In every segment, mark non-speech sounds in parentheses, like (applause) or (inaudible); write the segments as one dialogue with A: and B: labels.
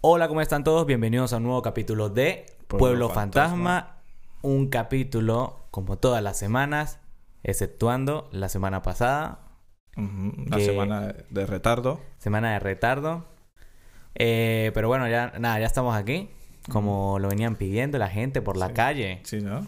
A: Hola, ¿cómo están todos? Bienvenidos a un nuevo capítulo de Pueblo,
B: Pueblo
A: Fantasma.
B: Fantasma.
A: Un capítulo como todas las semanas, exceptuando la semana pasada,
B: Ujú, Una
A: Que-
B: semana de- de retardo.
A: semana de retardo. Eh, pero bueno, ya nada, ya estamos aquí. Como lo venían pidiendo la gente por la calle.
B: Mm. Sí, ¿no?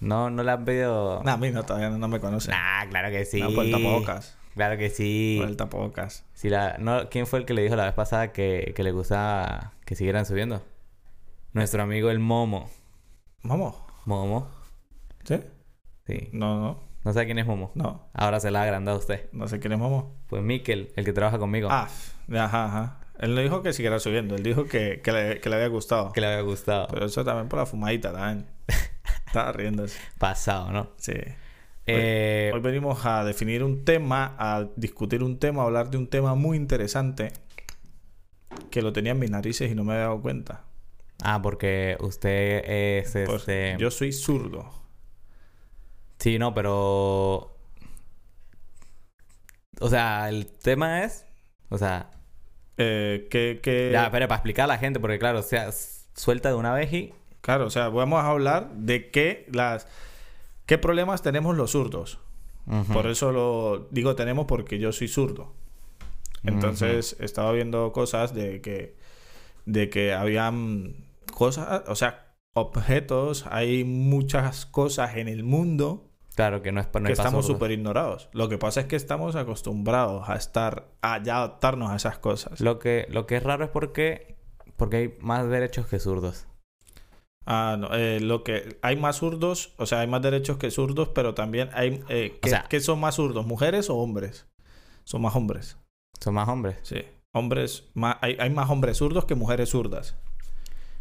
A: No, no la han pedido.
B: Nah, a mí no, todavía no, no me conocen.
A: Nah, claro que sí.
B: No, por el tapabocas.
A: Claro que sí.
B: Por el tapabocas.
A: Si la, no, ¿Quién fue el que le dijo la vez pasada que, que le gustaba que siguieran subiendo? Nuestro amigo el Momo.
B: Vamos.
A: Momo.
B: ¿Sí?
A: Sí.
B: No, no,
A: No sabe quién es Momo.
B: no.
A: Ahora se la ha agrandado usted.
B: No sé quién es Momo.
A: Pues Miquel, el que trabaja conmigo.
B: Ah, ya, ajá, ajá. Él no dijo que siguiera subiendo. Él dijo que, que, le, que le había gustado.
A: Que le había gustado.
B: Pero eso también por la fumadita (laughs) también. Estaba riéndose.
A: Pasado, ¿no?
B: Sí.
A: Eh,
B: Hoy venimos a definir un tema, a discutir un tema, a hablar de un tema muy interesante que lo tenía en mis narices y no me había dado cuenta.
A: Ah, porque usted es
B: Pues,
A: este.
B: Yo soy zurdo.
A: Sí, no, pero. O sea, el tema es. O sea.
B: Eh, que, que-
A: Ya, espere, para explicar a la gente, porque claro, o sea, s- suelta de una vez y.
B: Claro, o sea, vamos a hablar de qué las qué problemas tenemos los zurdos.
A: Ujú.
B: Por eso lo digo tenemos porque yo soy zurdo. Entonces estaba viendo cosas de que de que habían cosas, o sea, objetos, hay muchas cosas en el mundo
A: Claro que no es para no
B: que
A: es pa'
B: estamos
A: zurdos.
B: súper ignorados. Lo que pasa es que estamos acostumbrados a estar a ya adaptarnos a esas cosas.
A: Lo que, lo que es raro es porque. Porque hay más derechos que zurdos.
B: Ah, no, eh, lo que hay más zurdos, o sea, hay más derechos que zurdos, pero también hay eh, ¿qué,
A: sea-
B: qué son más zurdos, mujeres o hombres? Son más hombres,
A: Son más hombres.
B: sí. Hombres, más, hay, hay más hombres zurdos que mujeres zurdas.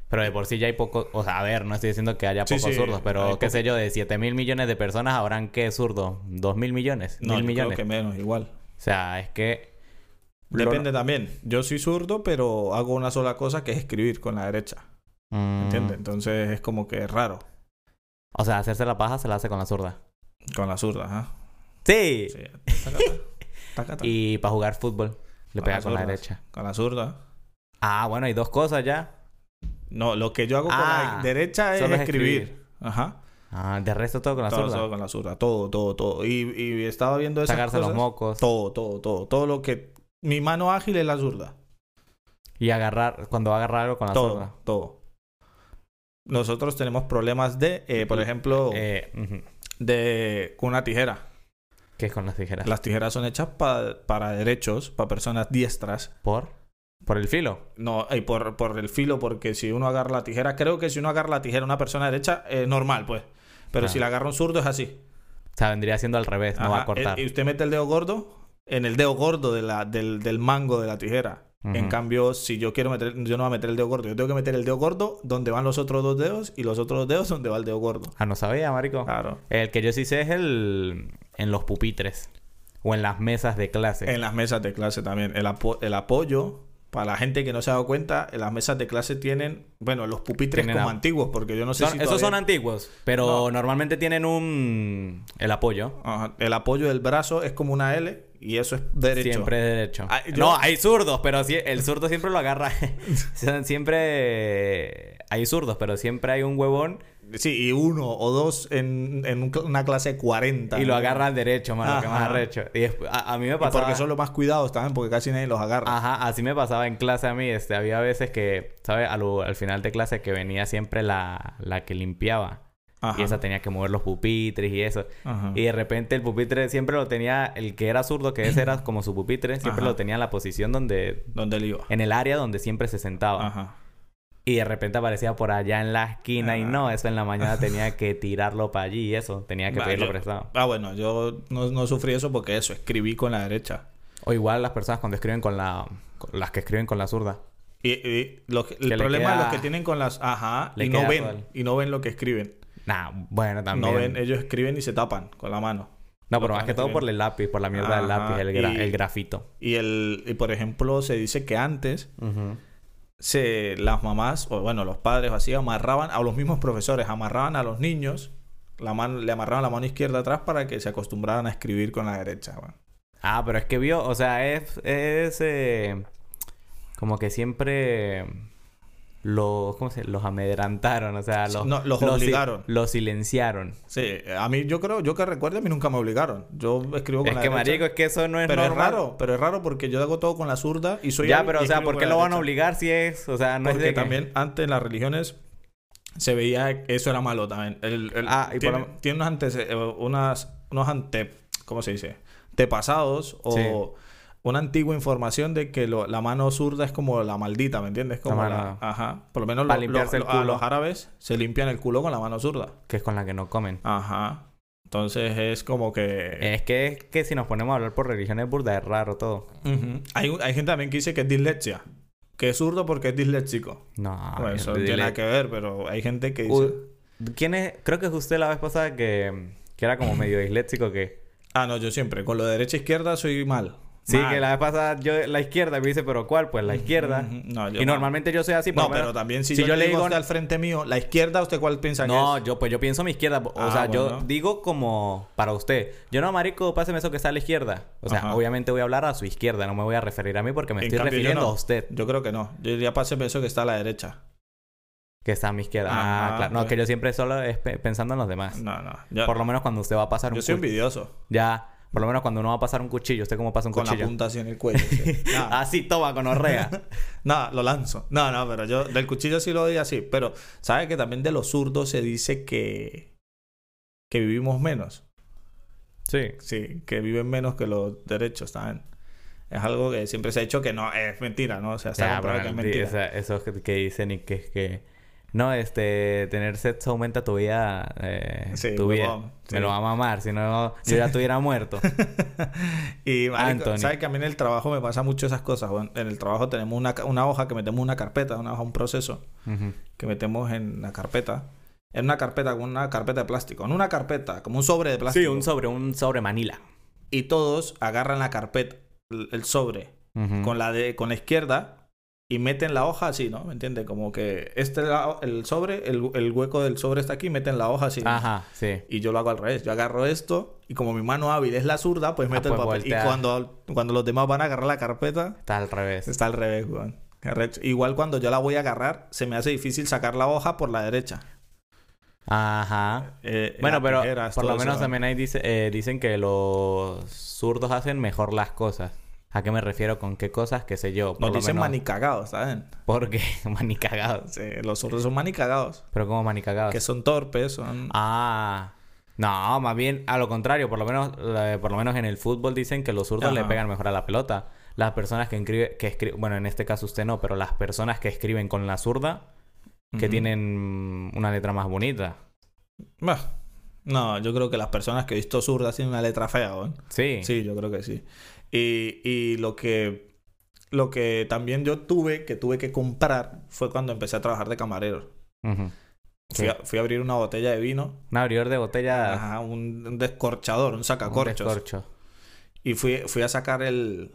A: Pero de por sí ya hay pocos, o sea, a ver, no estoy diciendo que haya
B: Sí,
A: pocos
B: sí,
A: zurdos,
B: hay
A: pero qué
B: pocos.
A: sé yo, de 7 mil millones de personas habrán qué zurdos, 2 mil millones,
B: No,
A: mil
B: yo
A: millones.
B: creo que menos, igual.
A: O sea, es que... lo-
B: Depende también. Yo soy zurdo, pero hago una sola cosa que es escribir con la derecha.
A: Mm,
B: ¿Entiendes? Entonces es como que es raro
A: O sea, hacerse la paja se la hace con la zurda.
B: con la zurda, ajá.
A: Sí.
B: Sí. Taca, taca. Taca,
A: (laughs)
B: taca.
A: Y para jugar fútbol, le
B: Con
A: pega
B: las
A: con la
B: zurdas.
A: derecha.
B: Con la zurda.
A: Ah, bueno, hay dos cosas ya.
B: No, lo que yo hago con
A: Ah,
B: la derecha es
A: solo es
B: escribir.
A: escribir.
B: Ajá.
A: Ah, de resto todo con la
B: todo,
A: zurda.
B: todo con la zurda, todo, todo, todo. Y, y estaba viendo esas
A: Sacarse los
B: cosas.
A: mocos
B: Todo, todo, todo. Todo lo que... Mi mano ágil es la zurda.
A: y agarrar, cuando va a agarrar algo con la
B: todo,
A: zurda.
B: todo. Nosotros tenemos problemas de, eh, por ejemplo,
A: Eh, ujú,
B: de con una tijera.
A: ¿Qué es con las tijeras?
B: Las tijeras son hechas pa- para derechos, para personas diestras.
A: ¿Por? ¿Por el filo?
B: No, y por, por el filo, porque si uno agarra la tijera, creo que si uno agarra la tijera a una persona derecha, es normal, pues. Pero
A: Ah.
B: si la agarra un zurdo es así.
A: O sea, vendría siendo al revés, no va
B: Ajá,
A: a cortar.
B: Y y usted mete el dedo gordo en el dedo gordo de la, del, del mango de la tijera. En
A: Ujú.
B: cambio, si yo quiero meter, yo no voy a meter el dedo gordo, yo tengo que meter el dedo gordo donde van los otros dos dedos y los otros dos dedos donde va el dedo gordo.
A: Ah, no sabía, marico.
B: Claro.
A: El que yo sí sé es el en los pupitres o en las mesas de clase.
B: En las mesas de clase también. El, apo- el apoyo, para la gente que no se ha dado cuenta, en las mesas de clase tienen, bueno, los pupitres
A: Tienen
B: como
A: a-
B: antiguos, porque yo no sé
A: Son-
B: si.
A: esos son
B: todavía-
A: antiguos, pero
B: No.
A: normalmente tienen un el apoyo.
B: Ajá, El apoyo del brazo es como una L y eso es derecho.
A: Siempre es derecho.
B: Ah, yo-
A: No, hay zurdos, pero sí- el zurdo siempre lo agarra. (laughs) Son- siempre hay zurdos, pero siempre hay un huevón
B: Sí, y uno o dos en, en un cl- una clase de 40.
A: y lo
B: ¿no?
A: agarra al derecho, mano, que
B: Ajá.
A: más arrecho. Y despu- a, a mí me
B: Y
A: pasaba. Ah,
B: porque son los más cuidados también, porque casi nadie los agarra.
A: Ajá, así me pasaba en clase a mí. Este, había veces que, ¿sabes? Al, al final de clase que venía siempre la, la que limpiaba.
B: Ajá.
A: Y esa tenía que mover los pupitres y eso.
B: Ajá.
A: Y de repente el pupitre siempre lo tenía, el que era zurdo, que ese (clears throat) era como su pupitre, siempre
B: Ajá.
A: lo tenía en la posición donde,
B: ¿Dónde él iba?
A: en el área donde siempre se sentaba.
B: Ajá.
A: Y de repente aparecía por allá en la esquina y no, eso en la (laughs) mañana tenía que tirarlo para allí y eso, tenía que
B: Va,
A: pedirlo
B: yo-
A: prestado.
B: Ah, bueno, yo no, no sufrí eso porque eso, escribí con la derecha.
A: O igual las personas cuando escriben con la, con- las que escriben con la zurda.
B: Y, y lo que- el
A: le
B: problema es
A: queda-
B: los que tienen con las... Ajá,
A: le
B: y no
A: queda
B: ven,
A: todo el-
B: y no ven lo que escriben.
A: Nah, bueno, también.
B: No ven, ellos escriben y se tapan con la mano.
A: No, pero
B: lo
A: más que
B: van
A: todo
B: escribiendo.
A: por el lápiz, por la mierda del
B: Ajá,
A: lápiz, el, gra-
B: y-
A: el grafito.
B: Y, el, y, por ejemplo, se dice que antes se, las mamás, o bueno, los padres o así, amarraban a los mismos profesores, amarraban a los niños, la mano, le amarraban la mano izquierda atrás para que se acostumbraran a escribir con la derecha. bueno.
A: Ah, pero es que vio, o sea, es, es eh, como que siempre los, ¿cómo se dice? Los amedrantaron, o sea, los,
B: No, los
A: si-
B: obligaron.
A: los silenciaron.
B: Sí, a mí yo creo, yo que recuerdo, a mí nunca me obligaron. Yo escribo con
A: Es
B: la
A: que,
B: derecha,
A: marico, es que eso no es
B: pero
A: normal.
B: es raro, pero es raro porque yo hago todo con la zurda y soy
A: Ya,
B: hábil
A: pero,
B: y
A: o sea,
B: escribo
A: ¿por
B: con
A: qué
B: la
A: lo van a
B: derecha.
A: obligar si es...? O sea, no es
B: Porque
A: de que-
B: también antes en las religiones se veía que eso era malo también. El- el-
A: Ah, y por
B: tiene,
A: lo-
B: tiene unos antes, eh, unas, unos ante, ¿cómo se dice? Antepasados o
A: Sí.
B: una antigua información de que lo- la mano zurda es como la maldita, ¿me entiendes? Como
A: mano-
B: la- ajá. Por lo menos
A: Para
B: lo-
A: limpiarse
B: lo-
A: el
B: a
A: culo.
B: los árabes se limpian el culo con la mano zurda.
A: Que es con la que no comen.
B: Ajá. Entonces es como que
A: Es que, es que si nos ponemos a hablar por religiones burda, es raro todo.
B: Ujú. hay, hay gente también que dice que es dislexia, que es zurdo porque es disléxico.
A: No,
B: Bueno,
A: Ah, es
B: eso no tiene
A: dile-
B: nada que ver, pero hay gente que dice
A: U- ¿Quién es? Creo que es usted la vez pasada que, que era como medio disléxico que...
B: Ah, no, yo siempre. Con lo de derecha e izquierda soy mal.
A: Sí,
B: Mal.
A: que la vez pasada yo la izquierda me dice, pero ¿cuál? Pues la izquierda.
B: Ujú, No, yo
A: Y
B: mal.
A: normalmente yo soy así, por
B: No,
A: lo menos-
B: pero también si,
A: si
B: yo,
A: yo
B: le digo a
A: digo-
B: usted al frente mío, la izquierda, ¿usted cuál piensa
A: No,
B: que es?
A: yo pues yo pienso a mi izquierda. O
B: Ah,
A: sea, yo
B: bueno.
A: digo como para usted. Yo no, marico, páseme eso que está a la izquierda. O sea,
B: Ajá.
A: obviamente voy a hablar a su izquierda, no me voy a referir a mí porque me
B: En
A: estoy
B: cambio, yo
A: refiriendo
B: no.
A: a usted
B: Yo creo que no. Yo diría, pase eso que está a la derecha.
A: que está a mi izquierda. Ah,
B: Ajá,
A: claro. No,
B: pues.
A: que yo siempre solo es pe- pensando en los demás.
B: No, no. Yo,
A: Por lo menos cuando usted va a pasar un
B: yo soy
A: cuchillo.
B: envidioso.
A: Ya, por lo menos cuando uno va a pasar un cuchillo, usted cómo pasa un
B: Con la
A: cuchillo.
B: punta así en el cuello.
A: (laughs)
B: sí. Nada,
A: Así toma con orrea.
B: nada, lo lanzo. No, no, pero yo del cuchillo sí lo doy así. Pero, ¿sabe que también de los zurdos se dice que... que vivimos menos?
A: sí.
B: (laughs) Sí, que viven menos que los derechos también. Es algo que siempre se ha dicho que no es mentira, ¿no? O sea, está
A: Ya,
B: comprobado
A: Ah, bueno,
B: que es mentira.
A: o sea, esos que, que dicen y que es que no, este, tener sexo aumenta tu vida, eh,
B: Sí,
A: tu vida.
B: huevón,
A: Me
B: sí.
A: lo va a mamar, si no yo ya estuviera
B: (laughs)
A: muerto.
B: y marico,
A: Anthony.
B: sabes que a mí en el trabajo me pasa mucho esas cosas. weón. En el trabajo tenemos una, ca- una hoja que metemos en una carpeta, una hoja, un proceso
A: Ujú.
B: que metemos en la carpeta. En una carpeta, con una carpeta de plástico. En una carpeta, como un sobre de plástico.
A: Sí, un sobre, un sobre Manila.
B: Y todos agarran la carpeta, el el sobre,
A: Ujú.
B: con la de con la izquierda y meten la hoja así, ¿no? ¿Me entiendes? Como que este lado, el sobre, el, el hueco del sobre está aquí, y meten la hoja así. ¿no?
A: Ajá, sí.
B: Y yo lo hago al revés. Yo agarro esto y como mi mano hábil es la zurda, pues meto
A: Ah, pues
B: el papel.
A: voltea.
B: Y cuando, cuando los demás van a agarrar la carpeta,
A: Está al revés.
B: está al revés, weón. Qué arrecho. Igual cuando yo la voy a agarrar, se me hace difícil sacar la hoja por la derecha.
A: Ajá.
B: Eh,
A: Bueno,
B: las
A: pero
B: tijeras,
A: por
B: todo
A: lo
B: eso,
A: menos
B: ¿no?
A: también ahí dice, eh, dicen que los zurdos hacen mejor las cosas. ¿A qué me refiero? ¿Con qué cosas? ¿Qué sé yo?
B: Nos
A: lo
B: dicen
A: menos-
B: manicagados, ¿saben?
A: Porque (laughs) manicagados.
B: Sí, los zurdos son manicagados.
A: Pero como manicagados.
B: Que son torpes, son...
A: Ah. No, más bien a lo contrario, por lo menos eh, por lo menos en el fútbol dicen que los zurdos le
B: Ajá.
A: pegan mejor a la pelota. Las personas que escriben que escri- bueno, en este caso usted no, pero las personas que escriben con la zurda que
B: Ujú.
A: tienen una letra más bonita.
B: Bah. No, yo creo que las personas que he visto zurdas tienen una letra fea, weón.
A: Sí.
B: Sí, yo creo que sí. Y, y lo que lo que también yo tuve, que tuve que comprar, fue cuando empecé a trabajar de camarero.
A: Ujú.
B: Fui,
A: Sí.
B: a, fui a abrir una botella de vino,
A: Un abridor de botella
B: ajá, un, un descorchador, un
A: un
B: sacacorchos.
A: descorcho.
B: y fui, fui a sacar el...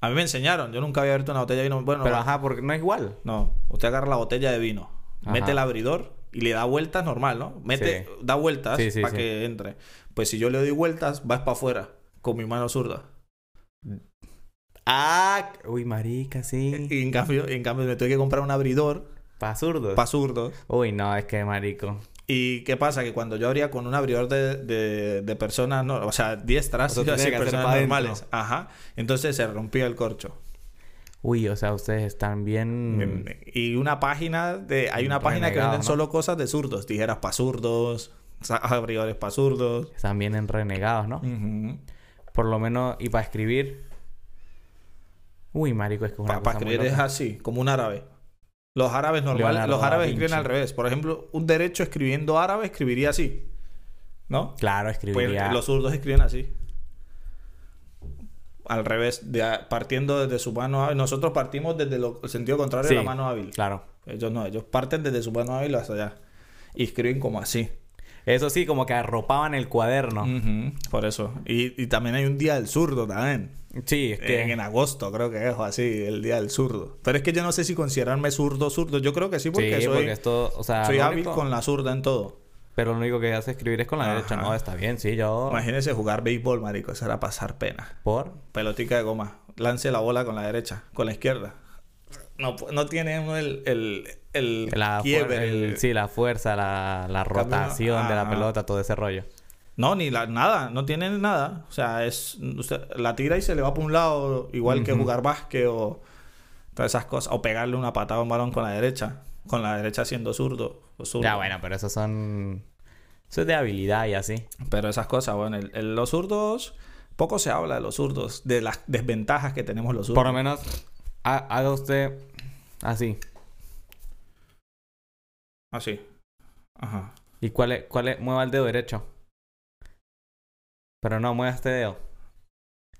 B: A mí me enseñaron, yo nunca había abierto una botella de vino. Bueno,
A: Pero
B: no,
A: ajá, porque no es igual.
B: no, usted agarra la botella de vino,
A: Ajá.
B: mete el abridor y le da vueltas normal, ¿no? Mete,
A: Sí.
B: da vueltas
A: Sí, sí,
B: para
A: sí.
B: que entre. Pues si yo le doy vueltas, vas para afuera con mi mano zurda.
A: Ah, uy, marica, sí.
B: Eh, Y en cambio, en cambio me tuve que comprar un abridor
A: Pa zurdos.
B: para zurdos.
A: Uy, no, es que marico.
B: ¿Y qué pasa? Que cuando yo abría con un abridor de, de- de personas, no, o sea, diestras,
A: O sea,
B: iba a
A: tenía
B: decir,
A: que hacer
B: personas
A: pa'
B: normales,
A: dentro.
B: ajá, entonces se rompía el corcho.
A: Uy, o sea, ustedes están bien
B: Y una página de hay una página
A: Mm.
B: que
A: Renegado,
B: venden
A: ¿no?
B: solo cosas de zurdos, tijeras para zurdos, sa- abridores para zurdos.
A: están bien en renegados, ¿no? Por lo menos, y para escribir. Uy, marico, es que es una
B: Para
A: cosa muy
B: escribir es
A: loca.
B: así, como un árabe. Los árabes normales,
A: Leonardo
B: los
A: da
B: árabes escriben
A: Vinci.
B: al revés. Por ejemplo, un derecho escribiendo árabe escribiría así. ¿No?
A: Claro,
B: Pues
A: escribiría.
B: los zurdos escriben así. Al revés, de a- partiendo desde su mano hábil. Nosotros partimos desde lo- el sentido contrario
A: Sí,
B: de la mano hábil.
A: Claro.
B: Ellos no, ellos parten desde su mano hábil hasta allá. Y escriben como así.
A: Eso sí, como que arropaban el cuaderno.
B: Ujú, Por eso. Y, y también hay un día del zurdo también.
A: Sí, es que.
B: En, en agosto creo Eh, que es o así, el día del zurdo. Pero es que yo no sé si considerarme zurdo zurdo. Yo creo que sí porque
A: sí,
B: soy,
A: porque esto, o sea,
B: soy
A: lo
B: hábil
A: único-
B: con la zurda en todo.
A: pero lo único que hace escribir es con la
B: Ajá.
A: derecha. No, está bien, sí, yo.
B: Imagínense jugar béisbol, marico. Eso era pasar pena.
A: Por.
B: Pelotica de goma. Lance la bola con la derecha, con la izquierda. no, no tiene uno el, el, el
A: La fuer-
B: quiebre,
A: el-
B: el-
A: sí, la fuerza, la, la
B: Cambio-
A: rotación de la
B: ah.
A: pelota, todo ese rollo.
B: No, ni la, nada, no tiene nada. O sea, es usted la tira y se le va para un lado, igual que jugar básquet o todas esas cosas. O pegarle una patada a un varón con la derecha, con la derecha siendo zurdo. o zurdo.
A: Ya, bueno, pero eso son... Eso es de habilidad y así.
B: Pero esas cosas, bueno, el- el- los zurdos, poco se habla de los zurdos, de las desventajas que tenemos los zurdos.
A: Por lo menos, ha- haga usted así.
B: Así. Ah, Ajá.
A: ¿Y cuál es, cuál es? Mueva el dedo derecho. Pero no, mueva este dedo.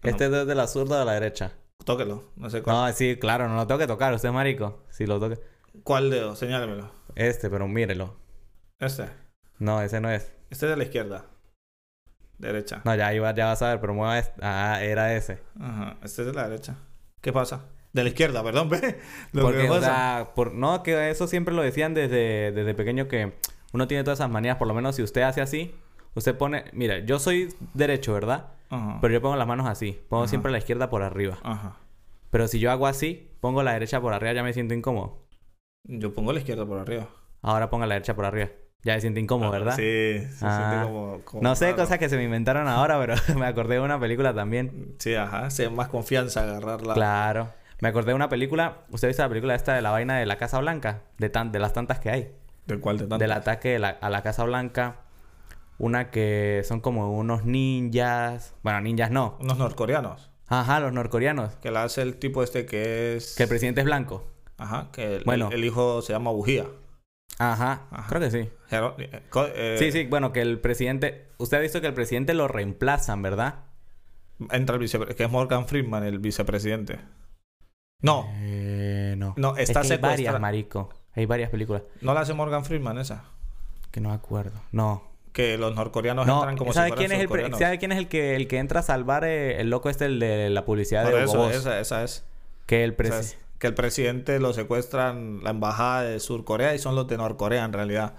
A: Este dedo es de la zurda o de la derecha.
B: Tóquelo, no sé cuál.
A: No, sí, claro, no lo tengo que tocar. Usted es marico. Si lo toca.
B: ¿Cuál dedo? Señálemelo.
A: Este, pero mírelo.
B: Este.
A: No, ese no es.
B: Este de la izquierda. Derecha.
A: No, ya, iba, ya vas a ver, pero mueva este. Ah, era ese.
B: Ajá. Este es de la derecha. ¿Qué pasa? De la izquierda, perdón, (laughs) ve. Lo
A: Porque,
B: que
A: o
B: pasa.
A: sea, por, no, que eso siempre lo decían desde, desde pequeño que uno tiene todas esas manías. Por lo menos si usted hace así, usted pone. Mira, yo soy derecho, ¿verdad?
B: Ajá.
A: Pero yo pongo las manos así. Pongo siempre la izquierda por arriba.
B: Ajá.
A: Pero si yo hago así, pongo la derecha por arriba, ya me siento incómodo.
B: Yo pongo la izquierda por arriba.
A: Ahora pongo la derecha por arriba. Ya me siento incómodo, ¿verdad?
B: Sí, se
A: Ah.
B: siente como, como
A: No sé,
B: raro.
A: cosas que se me inventaron ahora, pero (laughs) me acordé de una película también.
B: Sí, ajá. Se más confianza agarrarla.
A: Claro. Me acordé de una película. ¿Usted ha visto la película esta de la vaina de la Casa Blanca? De, tan, de las tantas que hay.
B: ¿De cuál de tanto?
A: Del ataque de la- a la Casa Blanca. Una que son como unos ninjas. Bueno, ninjas no.
B: Unos norcoreanos.
A: Ajá, los norcoreanos.
B: Que la hace el tipo este que es.
A: Que el presidente es blanco.
B: Ajá. Que el,
A: Bueno.
B: el, hijo se llama Bujía.
A: Ajá,
B: Ajá.
A: creo que sí.
B: Jero- eh, co- eh,
A: Sí, sí, bueno, que el presidente. Usted ha visto que el presidente lo reemplazan, ¿verdad?
B: Entra el vicepresidente. Que es Morgan Freeman, el vicepresidente. No,
A: Eh, no.
B: No,
A: Es
B: está
A: que hay varias,
B: secuestra-
A: marico. Hay varias películas
B: no la hace Morgan Freeman esa.
A: que no me acuerdo. No.
B: Que los norcoreanos
A: no
B: entran como
A: ¿sabe,
B: si fueran
A: quién es el pre-
B: surcoreanos.
A: ¿Sabe quién es el que, el que entra a salvar eh, el loco este, el de la publicidad
B: Por
A: de
B: eso,
A: Bobos?
B: esa, esa es.
A: Que el
B: esa
A: presidente...
B: es. Que el presidente lo secuestran la embajada de Surcorea y son los de Norcorea en realidad.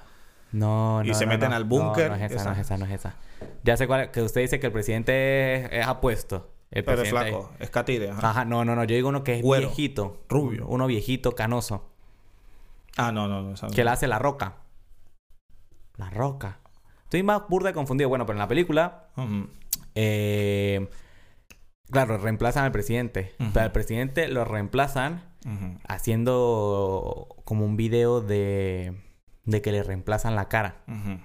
A: No, no,
B: Y se
A: no,
B: meten
A: no.
B: al búnker,
A: No, no es esa,
B: esa.
A: no es esa, no es esa. Ya sé cuál es- Que usted dice que el presidente es, es apuesto. El
B: Pero es
A: presidente Ah.
B: flaco, es catire.
A: es-
B: ajá.
A: Ajá, no, no, no. Yo digo uno que es
B: Güero,
A: viejito.
B: rubio.
A: Uno viejito, canoso.
B: Ah, no, no, no. esa no.
A: Que la hace La Roca. La Roca. Estoy más burda y confundido. Bueno, pero en la película,
B: Ujú.
A: eh, claro, reemplazan al presidente.
B: Ujú.
A: Pero al presidente lo reemplazan
B: Ujú.
A: haciendo como un video de, de que le reemplazan la cara.
B: Ujú.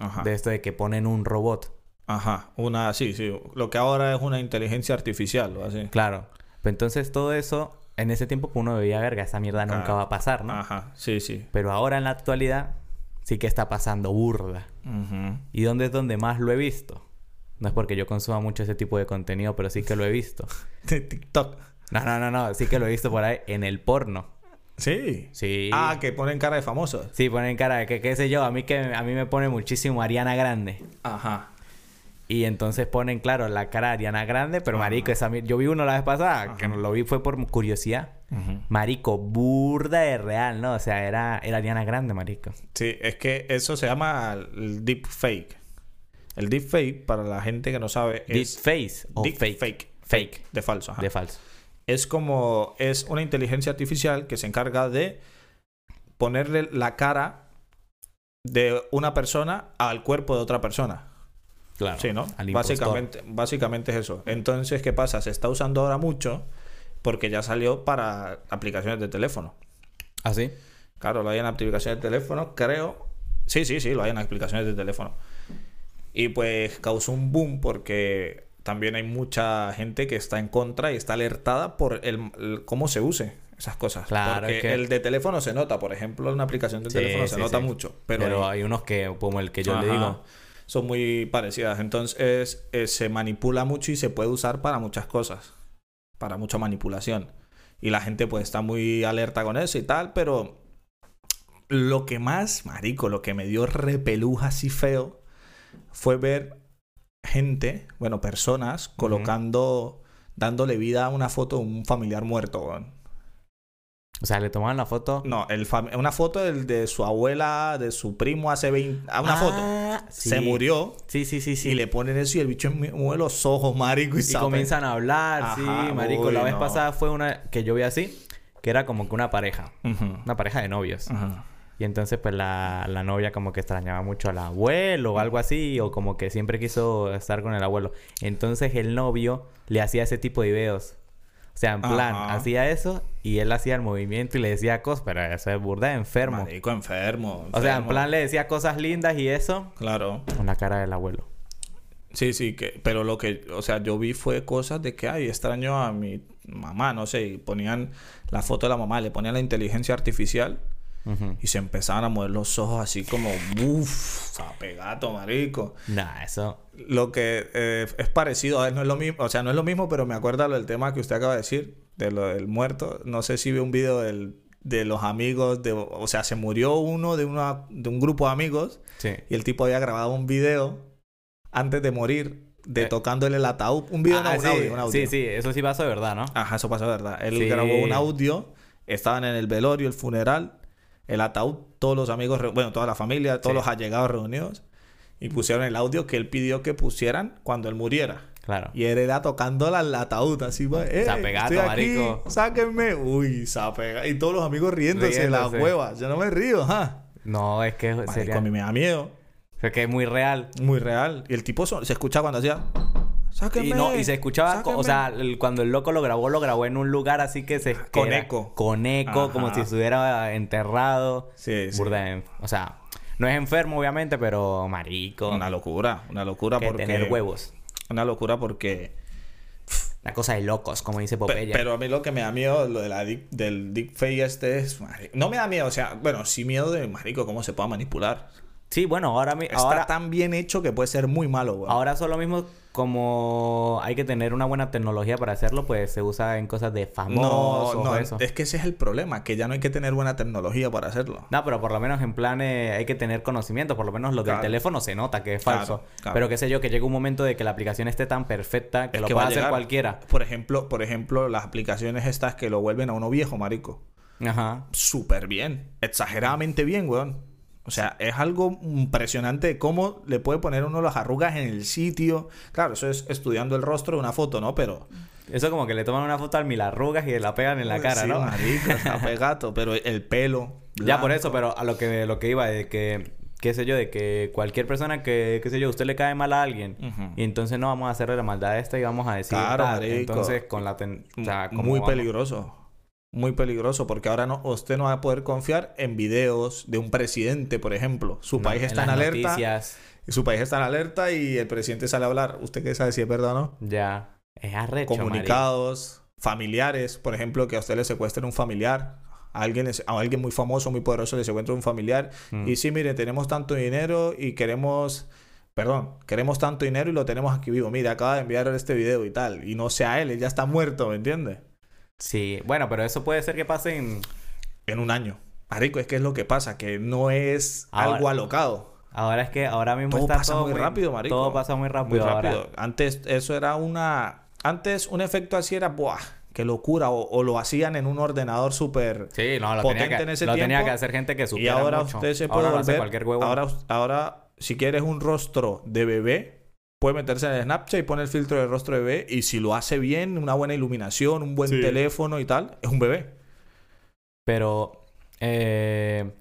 B: Ajá.
A: De esto de que ponen un robot.
B: Ajá. Una, sí, sí. Lo que ahora es una inteligencia artificial o así.
A: Claro. Pero entonces todo eso, en ese tiempo que uno veía verga, esa mierda nunca
B: Claro. Ah.
A: va a pasar, ¿no?
B: Ajá. Sí, sí.
A: Pero ahora en la actualidad sí que está pasando burda.
B: Ujú.
A: ¿Y dónde es donde más lo he visto? No es porque yo consuma mucho ese tipo de contenido, pero sí que lo he visto.
B: (laughs) TikTok.
A: No, no, no, no, sí que lo he visto por ahí en el porno.
B: Sí.
A: Sí.
B: Ah, que ponen cara de famosos.
A: Sí, ponen cara de que qué sé yo, a mí que a mí me pone muchísimo Ariana Grande.
B: Ajá.
A: Y entonces ponen, claro, la cara de Ariana Grande, pero marico, esa mi- yo vi uno la vez pasada, que no lo vi fue por curiosidad.
B: Ujú.
A: Marico, burda de real, ¿no? O sea, era, era Ariana Grande, marico.
B: Sí, es que eso se llama el deep fake. El deep fake, para la gente que no sabe,
A: Deep
B: es
A: face o
B: deep
A: fake.
B: fake.
A: Fake.
B: de falso. ajá.
A: De falso.
B: es como es una inteligencia artificial que se encarga de ponerle la cara de una persona al cuerpo de otra persona.
A: Claro.
B: Sí, ¿no?
A: Al impostor.
B: Básicamente, básicamente es eso. Entonces, ¿qué pasa? Se está usando ahora mucho porque ya salió para aplicaciones de teléfono.
A: ¿Ah, sí?
B: Claro, lo hay en aplicaciones de teléfono, creo. Sí, sí, sí, lo hay en aplicaciones de teléfono. Y pues causó un boom porque también hay mucha gente que está en contra y está alertada por el, el- cómo se use esas cosas.
A: Claro,
B: porque
A: es que-
B: el de teléfono se nota, por ejemplo, en una aplicación de
A: Sí,
B: teléfono se
A: sí,
B: nota
A: sí.
B: mucho. Pero,
A: Pero, hay unos que, como el que yo le
B: Ajá,
A: digo,
B: son muy parecidas. Entonces eh, se manipula mucho y se puede usar para muchas cosas, para mucha manipulación. Y la gente pues está muy alerta con eso y tal, pero lo que más, marico, lo que me dio repeluja así feo fue ver gente, bueno, personas colocando, dándole vida a una foto de un familiar muerto, weón.
A: o sea, le tomaban la foto.
B: No, el fam- una foto del, de su abuela, de su primo hace 20... ah, Una foto.
A: Ah, sí.
B: Se murió
A: Sí, sí, sí, sí.
B: y le ponen eso y el bicho mueve los ojos, marico, y,
A: Y
B: sabe.
A: comienzan a hablar,
B: Ajá,
A: sí, marico. la
B: uy,
A: vez
B: no.
A: pasada fue una que yo vi así, que era como que una pareja,
B: Ujú.
A: una pareja de novios.
B: Ajá.
A: Y entonces pues la, la novia como que extrañaba mucho al abuelo o algo así, o como que siempre quiso estar con el abuelo. Entonces el novio le hacía ese tipo de videos. O sea, en plan,
B: Ajá.
A: hacía eso y él hacía el movimiento y le decía cosas, pero eso es burda de enfermo.
B: Marico, enfermo,
A: O sea, en
B: enfermo.
A: plan le decía cosas lindas y eso
B: Claro.
A: con la cara del abuelo.
B: Sí, sí, que, pero lo que, o sea, yo vi fue cosas de que, ay, extraño a mi mamá, no sé, y ponían la foto de la mamá, le ponían la inteligencia artificial
A: Ujú.
B: y se empezaban a mover los ojos así como, uff, pegato, marico.
A: Nah, eso...
B: Lo que eh, es parecido, a ver, no es lo mismo, o sea, no es lo mismo, pero me acuerda lo del tema que usted acaba de decir, de lo del muerto. No sé si vi un video del- de los amigos, de, o sea, se murió uno de, una, de un grupo de amigos
A: Sí.
B: y el tipo había grabado un video antes de morir, de
A: Eh.
B: tocándole el ataúd. Un video, no,
A: Ah,
B: un
A: sí.
B: audio, un audio.
A: Sí, sí, eso sí pasó de verdad, ¿no?
B: Ajá, eso pasó, ¿verdad? Él
A: Sí.
B: grabó un audio, estaban en el velorio, el funeral, el ataúd, todos los amigos, re- bueno, toda la familia, todos
A: Sí.
B: los allegados reunidos, y pusieron el audio que él pidió que pusieran cuando él muriera.
A: Claro.
B: Y él era tocando la- el ataúd, así, va, eh,
A: Zapegato,
B: estoy aquí,
A: marico.
B: sáquenme. Uy, zapega. Y todos los amigos riéndose, de las
A: Riéndose.
B: huevas. Yo no me río, ajá.
A: No, es que
B: Marico,
A: sería...
B: a mí me da miedo.
A: Es que es muy real.
B: Muy real. Y el tipo so- se escucha cuando hacía. Sáquenme.
A: Y, no, y se escuchaba, co- o
B: sáquenme".
A: sea, el- cuando el loco lo grabó, lo grabó en un lugar así que se... que
B: Con
A: era-
B: eco.
A: Con eco,
B: Ajá.
A: como si estuviera enterrado.
B: Sí, sí.
A: Burda de- O sea, no es enfermo, obviamente, pero marico.
B: Una locura, una locura
A: que
B: porque.
A: tener huevos.
B: Una locura porque.
A: Una cosa de locos, como dice
B: Pe-
A: Popeye.
B: pero a mí lo que me da miedo, lo de la deep- del deepfake este es. mari- No me da miedo, o sea, bueno, sí miedo de marico, cómo se pueda manipular.
A: Sí, bueno, ahora... mi-
B: Está
A: Eh, ahora
B: tan bien hecho que puede ser muy malo, güey.
A: Ahora son lo mismo como hay que tener una buena tecnología para hacerlo, pues se usa en cosas de
B: No,
A: famosos o
B: no,
A: eso.
B: es que ese es el problema, que ya no hay que tener buena tecnología para hacerlo.
A: No, pero por lo menos en planes hay que tener conocimiento, por lo menos lo del
B: Claro.
A: teléfono se nota que es
B: Claro,
A: falso.
B: claro.
A: Pero qué sé yo, que llega un momento de que la aplicación esté tan perfecta que
B: Es
A: lo
B: que va
A: pueda
B: a
A: hacer
B: llegar.
A: cualquiera.
B: Por ejemplo, por ejemplo, las aplicaciones estas que lo vuelven a uno viejo, marico.
A: Ajá.
B: súper bien. Exageradamente bien, weón. O sea, es algo impresionante de cómo le puede poner uno las arrugas en el sitio. Claro, eso es estudiando el rostro de una foto, ¿no? Pero.
A: Eso como que le toman una foto al mil arrugas y la pegan en la cara,
B: Sí,
A: ¿no?
B: marica, está pegato, pero el pelo.
A: (laughs) Ya
B: blanco.
A: por eso, pero a lo que lo que iba de que qué sé yo, de que cualquier persona que qué sé yo, usted le cae mal a alguien
B: Ujú.
A: y entonces no vamos a hacerle la maldad a esta y vamos a decir,
B: Claro,
A: "Ah,
B: marico.
A: entonces con la ten- o sea, ¿cómo
B: Muy
A: vamos?".
B: peligroso. Muy peligroso, porque ahora no, usted no va a poder confiar en videos de un presidente, por ejemplo. Su
A: No,
B: país está en
A: las
B: alerta.
A: noticias,
B: Su país está en alerta y el presidente sale a hablar. ¿Usted qué sabe si es verdad o no?
A: ya es arrecho, marico.
B: comunicados, familiares, por ejemplo, que a usted le secuestren un familiar, a alguien, les- a alguien muy famoso, muy poderoso le secuestra un familiar
A: Mm.
B: y sí, mire, tenemos tanto dinero y queremos, perdón, queremos tanto dinero y lo tenemos aquí vivo, mire, acaba de enviar este video y tal, y no sea él, él ya está muerto, ¿me entiende?
A: Sí, bueno, pero eso puede ser que pase en
B: En un año. Marico, es que es lo que pasa, que no es
A: Ahora-
B: algo alocado.
A: ahora es que ahora mismo
B: Todo
A: está
B: pasa
A: todo
B: muy rápido, marico.
A: Todo pasa muy
B: Muy
A: rápido,
B: rápido.
A: ahora.
B: Antes eso era una... Antes un efecto así era, ¡buah! ¡Qué locura! O, o lo hacían en un ordenador súper...
A: Sí, no, lo
B: Potente
A: tenía que,
B: en ese
A: lo tenía
B: tiempo.
A: que hacer gente que
B: Y
A: supiera
B: ahora
A: mucho.
B: usted se puede
A: ahora lo hace
B: volver...
A: cualquier huevo.
B: ahora, us- ahora, si quieres un rostro de bebé, puede meterse en el Snapchat y pone el filtro de rostro de bebé. Y si lo hace bien, una buena iluminación, un buen
A: Sí.
B: teléfono y tal, es un bebé.
A: Pero eh,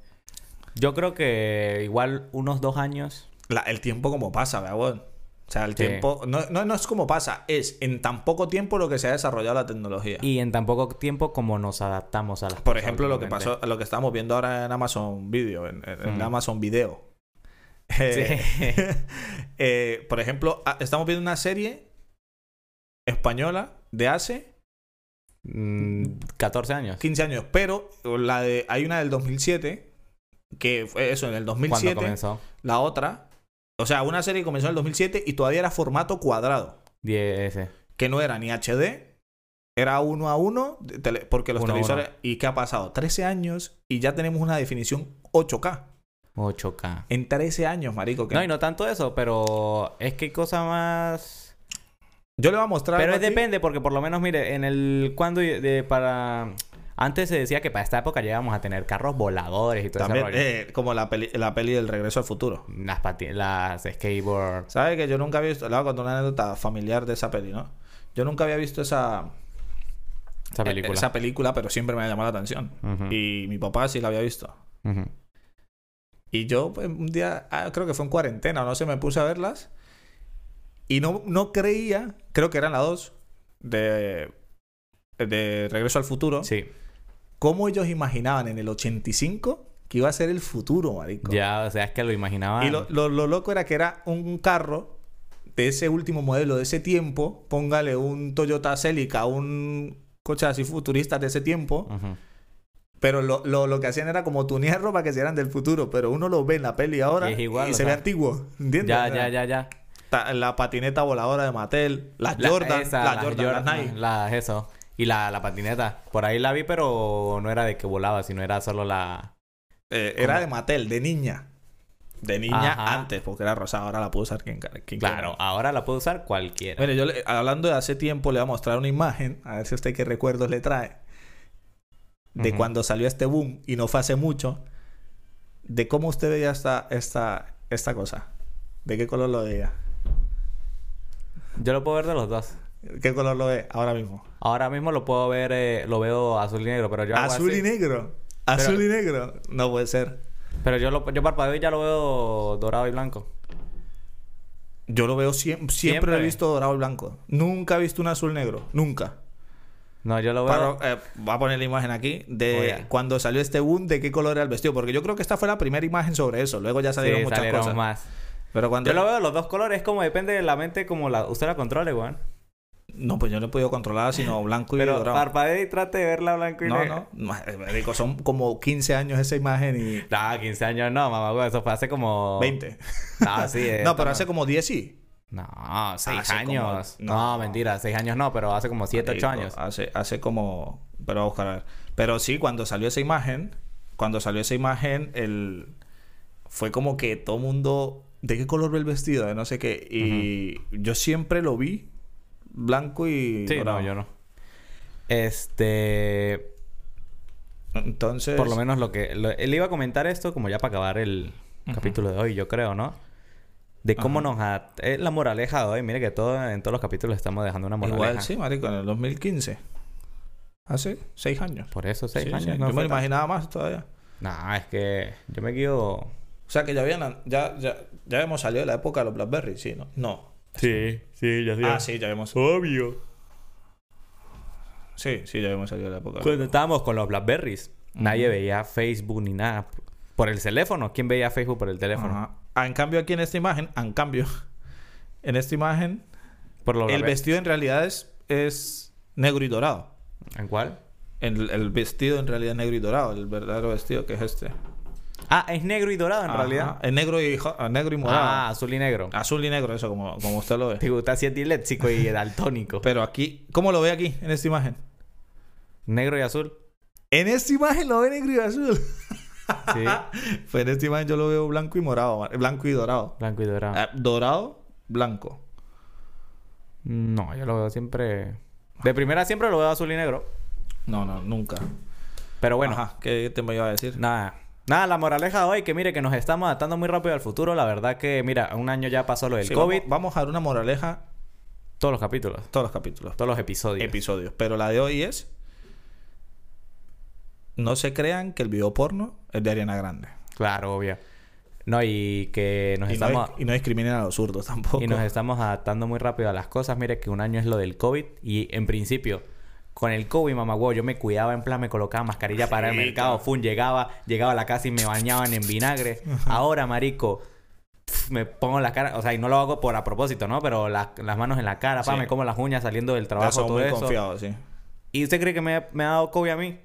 A: yo creo que igual unos dos años.
B: La- el tiempo como pasa, ¿verdad? weón? O sea, el
A: Sí.
B: tiempo... No, no, no es como pasa, es en tan poco tiempo lo que se ha desarrollado la tecnología.
A: Y en tan poco tiempo como nos adaptamos a las
B: Por
A: cosas
B: ejemplo, lo que
A: últimamente.
B: pasó, lo que estamos viendo ahora en Amazon Video, en, en- en
A: Mm.
B: Amazon Video. Eh,
A: Sí.
B: (laughs) eh, por ejemplo, a- estamos viendo una serie española de hace
A: Mm, 14 años.
B: 15 años, pero la de, hay una del 2007, que fue eso, en el
A: Cuando
B: 2007,
A: comenzó.
B: la otra, o sea, una serie que comenzó en el 2007 y todavía era formato cuadrado,
A: 10 ese.
B: que no era ni HD, era uno a uno, de tele- porque los
A: Uno a
B: televisores... ¿Y qué ha pasado? 13 años y ya tenemos una definición 8K.
A: 8K.
B: En 13 años, marico. Que
A: No, y no tanto eso, pero es que hay cosa más.
B: Yo le voy a mostrar.
A: Pero
B: algo
A: es
B: aquí.
A: depende, porque por lo menos, mire, en el. Cuando. y- De, para. Antes se decía que para esta época ya íbamos a tener carros voladores y todo
B: También,
A: ese rollo.
B: eh, como la peli, la peli del regreso al futuro.
A: Las, pati- las skateboards.
B: ¿Sabes que yo nunca había visto? Le voy a contar una anécdota familiar de esa peli, ¿no? Yo nunca había visto esa.
A: Esa película.
B: eh,
A: Mm.
B: Esa película, pero siempre me ha llamado la atención.
A: Ujú.
B: Y mi papá sí la había visto.
A: Ujú.
B: Y yo pues, un día, ah, creo que fue en cuarentena, no sé, me puse a verlas. Y no, no creía, creo que eran las dos, de, de Regreso al Futuro,
A: Sí.
B: cómo ellos imaginaban en el 85 que iba a ser el futuro, marico.
A: Ya, o sea, es que lo imaginaba.
B: Y lo, lo- lo loco era que era un carro de ese último modelo, de ese tiempo, póngale un Toyota Celica, un coche así futurista de ese tiempo,
A: Ujú.
B: pero lo, lo- lo que hacían era como tunearlo para que se eran del futuro, pero uno lo ve en la peli ahora
A: Y
B: y,
A: es igual, o
B: se
A: sea,
B: ve antiguo, ¿entiendes?
A: Ya,
B: O sea,
A: ya, ya, ya.
B: ta- La patineta voladora de Mattel, las
A: La-
B: Jordan,
A: esa,
B: las
A: la
B: Jordan, las
A: Jordan,
B: Nike.
A: la- eso. Y la, la patineta. Por ahí la vi, pero no era de que volaba, sino era solo la.
B: Eh, era de Mattel, de niña. De niña
A: Ajá.
B: antes, porque era rosada, ahora la puede usar quien, quien quiera.
A: Claro, ahora la puede usar cualquiera.
B: Mire, yo le- hablando de hace tiempo, le voy a mostrar una imagen, a ver si usted qué recuerdos le trae, de
A: Ujú.
B: cuando salió este boom, y no fue hace mucho, de cómo usted veía esta, esta, esta cosa. ¿De qué color lo veía?
A: Yo lo puedo ver de los dos.
B: ¿Qué color lo ve ahora mismo?
A: Ahora mismo lo puedo ver, eh, lo veo azul y negro, pero yo. hago
B: Azul
A: así.
B: y negro. Azul y negro. No puede ser.
A: Pero yo, lo, yo parpadeo y ya lo veo dorado y blanco.
B: Yo lo veo siem- siempre, lo he
A: Siempre.
B: visto dorado y blanco. Nunca he visto un azul negro. Nunca.
A: No, yo lo veo.
B: Parro- eh, voy a poner la imagen aquí de
A: Oye.
B: cuando salió este boom, de qué color era el vestido. Porque yo creo que esta fue la primera imagen sobre eso. Luego ya salieron
A: sí,
B: muchas
A: salieron
B: cosas.
A: más.
B: Pero cuando.
A: Yo lo veo de los dos colores, como depende de la mente, como la, usted la controle, weón.
B: No, pues yo no he podido
A: (laughs)
B: controlar sino blanco y
A: Pero
B: dorado.
A: parpadea y trate de verla blanco y
B: No,
A: negro.
B: no. Ma- eh, marico, son como 15 años esa imagen y.
A: No, 15 Ah, años no, mamá, güey, Eso fue hace como...
B: 20.
A: No,
B: (laughs)
A: sí. eh,
B: no, pero hace como 10 sí.
A: No, 6
B: Hace como-
A: años.
B: no.
A: No, mentira. 6 años no, pero hace como 7, 8
B: Marico,
A: años.
B: Hace, hace como. Pero vamos a buscar a ver. Pero sí, cuando salió esa imagen, cuando salió esa imagen, el... fue como que todo mundo. ¿De qué color ve el vestido? De no sé qué. Y yo siempre lo vi blanco y.
A: Sí,
B: dorado.
A: no, yo no. Este...
B: Entonces.
A: Por lo menos lo que... lo- le iba a comentar esto como ya para acabar el capítulo de hoy, yo creo, ¿no? De cómo nos... a- eh, la moraleja de hoy. Mire que todo, en todos los capítulos estamos dejando una moraleja.
B: Igual sí, marico, en el 2015. Hace 6 años.
A: Por eso 6
B: Sí,
A: años.
B: sí.
A: no
B: yo me
A: fue
B: lo
A: tanto.
B: imaginaba más todavía.
A: No, es que yo me guío.
B: O sea que ya habían. Ya, ya, ya hemos salido de la época de los Blackberry, sí, ¿no? No.
A: Sí, sí, ya
B: Ah, sí, ya habíamos.
A: Obvio.
B: Sí, sí, ya habíamos salido de la época. de los-
A: Cuando estábamos con los Blackberries, nadie veía Facebook ni nada. Por el teléfono. ¿Quién veía Facebook por el teléfono?
B: Ajá. Ah, En cambio, aquí en esta imagen, ah, en cambio, (laughs) en esta imagen,
A: Por los
B: el
A: Blackberries.
B: vestido en realidad es, es negro y dorado.
A: ¿En cuál?
B: El, el vestido en realidad es negro y dorado, el verdadero vestido que es este.
A: Ah, es negro y dorado en
B: Ajá.
A: realidad.
B: Es negro y, jo- ah, negro y
A: Ah,
B: morado.
A: azul y negro.
B: Azul y negro, eso, como, como usted lo
A: Te
B: ve.
A: gusta así el disléxico y el
B: (laughs)
A: altónico.
B: Pero aquí, ¿cómo lo ve aquí, en esta imagen?
A: negro y azul.
B: En esta imagen lo ve negro y azul. (laughs)
A: Sí.
B: pues en esta imagen yo lo veo blanco y morado, ma- blanco y dorado.
A: Blanco y dorado.
B: Ah, dorado, blanco.
A: No, yo lo veo siempre. De primera siempre lo veo azul y negro.
B: No, no, nunca.
A: Pero bueno.
B: Ajá, ¿qué te me iba a decir?
A: Nada. Nada, la moraleja de hoy, que mire, que nos estamos adaptando muy rápido al futuro. La verdad que, mira, un año ya pasó lo del
B: Sí,
A: COVID.
B: Vamos, vamos a dar una moraleja
A: Todos los capítulos,
B: todos los capítulos,
A: todos los episodios.
B: episodios. Pero la de hoy es. No se crean que el video porno es de Ariana Grande.
A: claro, obvio. No, y que nos
B: Y,
A: estamos...
B: no, y no discriminen a los zurdos tampoco.
A: Y nos estamos adaptando muy rápido a las cosas. Mire que un año es lo del COVID y en principio con el COVID, mamá, wow, yo me cuidaba en plan, me colocaba mascarilla para el
B: Sí,
A: mercado, fun, llegaba, llegaba a la casa y me bañaban en vinagre. Ahora, marico, pf, me pongo la cara, o sea, y no lo hago por a propósito, ¿no? Pero la- las manos en la cara, pa,
B: Sí.
A: me como las uñas saliendo del
B: Ya
A: trabajo,
B: son
A: todo
B: muy
A: eso.
B: confiados, sí.
A: ¿Y usted cree que me, me ha dado COVID a mí?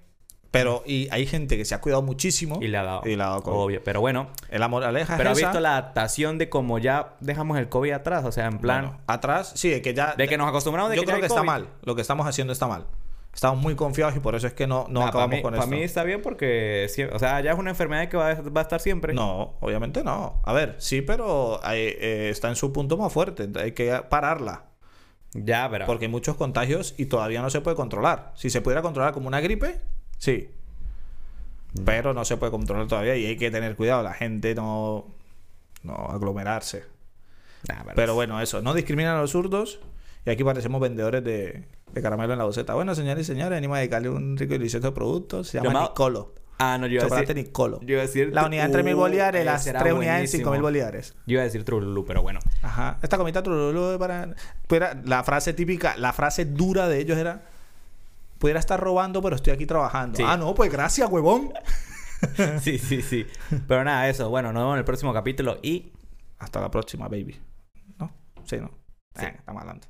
B: Pero y hay gente que se ha cuidado muchísimo.
A: Y le ha dado.
B: Y le ha dado COVID.
A: Obvio, pero bueno.
B: Eh, La moraleja
A: Pero ha
B: es esa.
A: visto la adaptación de cómo ya dejamos el COVID atrás, o sea, en plan...
B: Bueno, atrás, sí, de que ya.
A: De que nos acostumbramos de
B: yo
A: que ya
B: creo
A: hay
B: que está
A: COVID.
B: mal. Lo que estamos haciendo está mal. Estamos muy confiados y por eso es que no,
A: Ah,
B: no
A: para
B: acabamos
A: mí,
B: con
A: pa'
B: esto.
A: mí está bien porque... sie- o sea, ya es una enfermedad que va a, va a estar siempre.
B: No, obviamente no. A ver, sí, pero eh, eh, está en su punto más fuerte. Hay que pararla.
A: Ya, pero...
B: Porque hay muchos contagios y todavía no se puede controlar. Si se pudiera controlar como una gripe, sí.
A: Mm.
B: Pero no se puede controlar todavía y hay que tener cuidado. La gente no, no aglomerarse.
A: Nah, pero-
B: Pero bueno, eso. No discriminan a los zurdos. Y aquí parecemos vendedores de, de caramelo en la boceta. Bueno, señores y señores, venimos a dedicarle un rico y delicioso producto. Se llama
A: Llamado-
B: Nicolo.
A: Ah, no, yo iba a
B: Chocolate
A: decir...
B: Nicolo.
A: Yo iba a decir...
B: La unidad en 3.000
A: Uh,
B: bolivares, las
A: será
B: 3 unidades en
A: buenísimo.
B: 5.000 bolivares.
A: Yo iba a decir Trululú, pero
B: (laughs)
A: bueno.
B: Ajá. Esta comita Trululú para... pudiera- la frase típica, la frase dura de ellos era... Pudiera estar robando, pero estoy aquí trabajando.
A: Sí.
B: Ah, no, pues gracias, huevón.
A: Sí, sí, sí. Pero nada, eso. Bueno, nos vemos en el próximo capítulo y...
B: Hasta la próxima, baby. ¿No? Sí, ¿no? Eh, estamos hablando.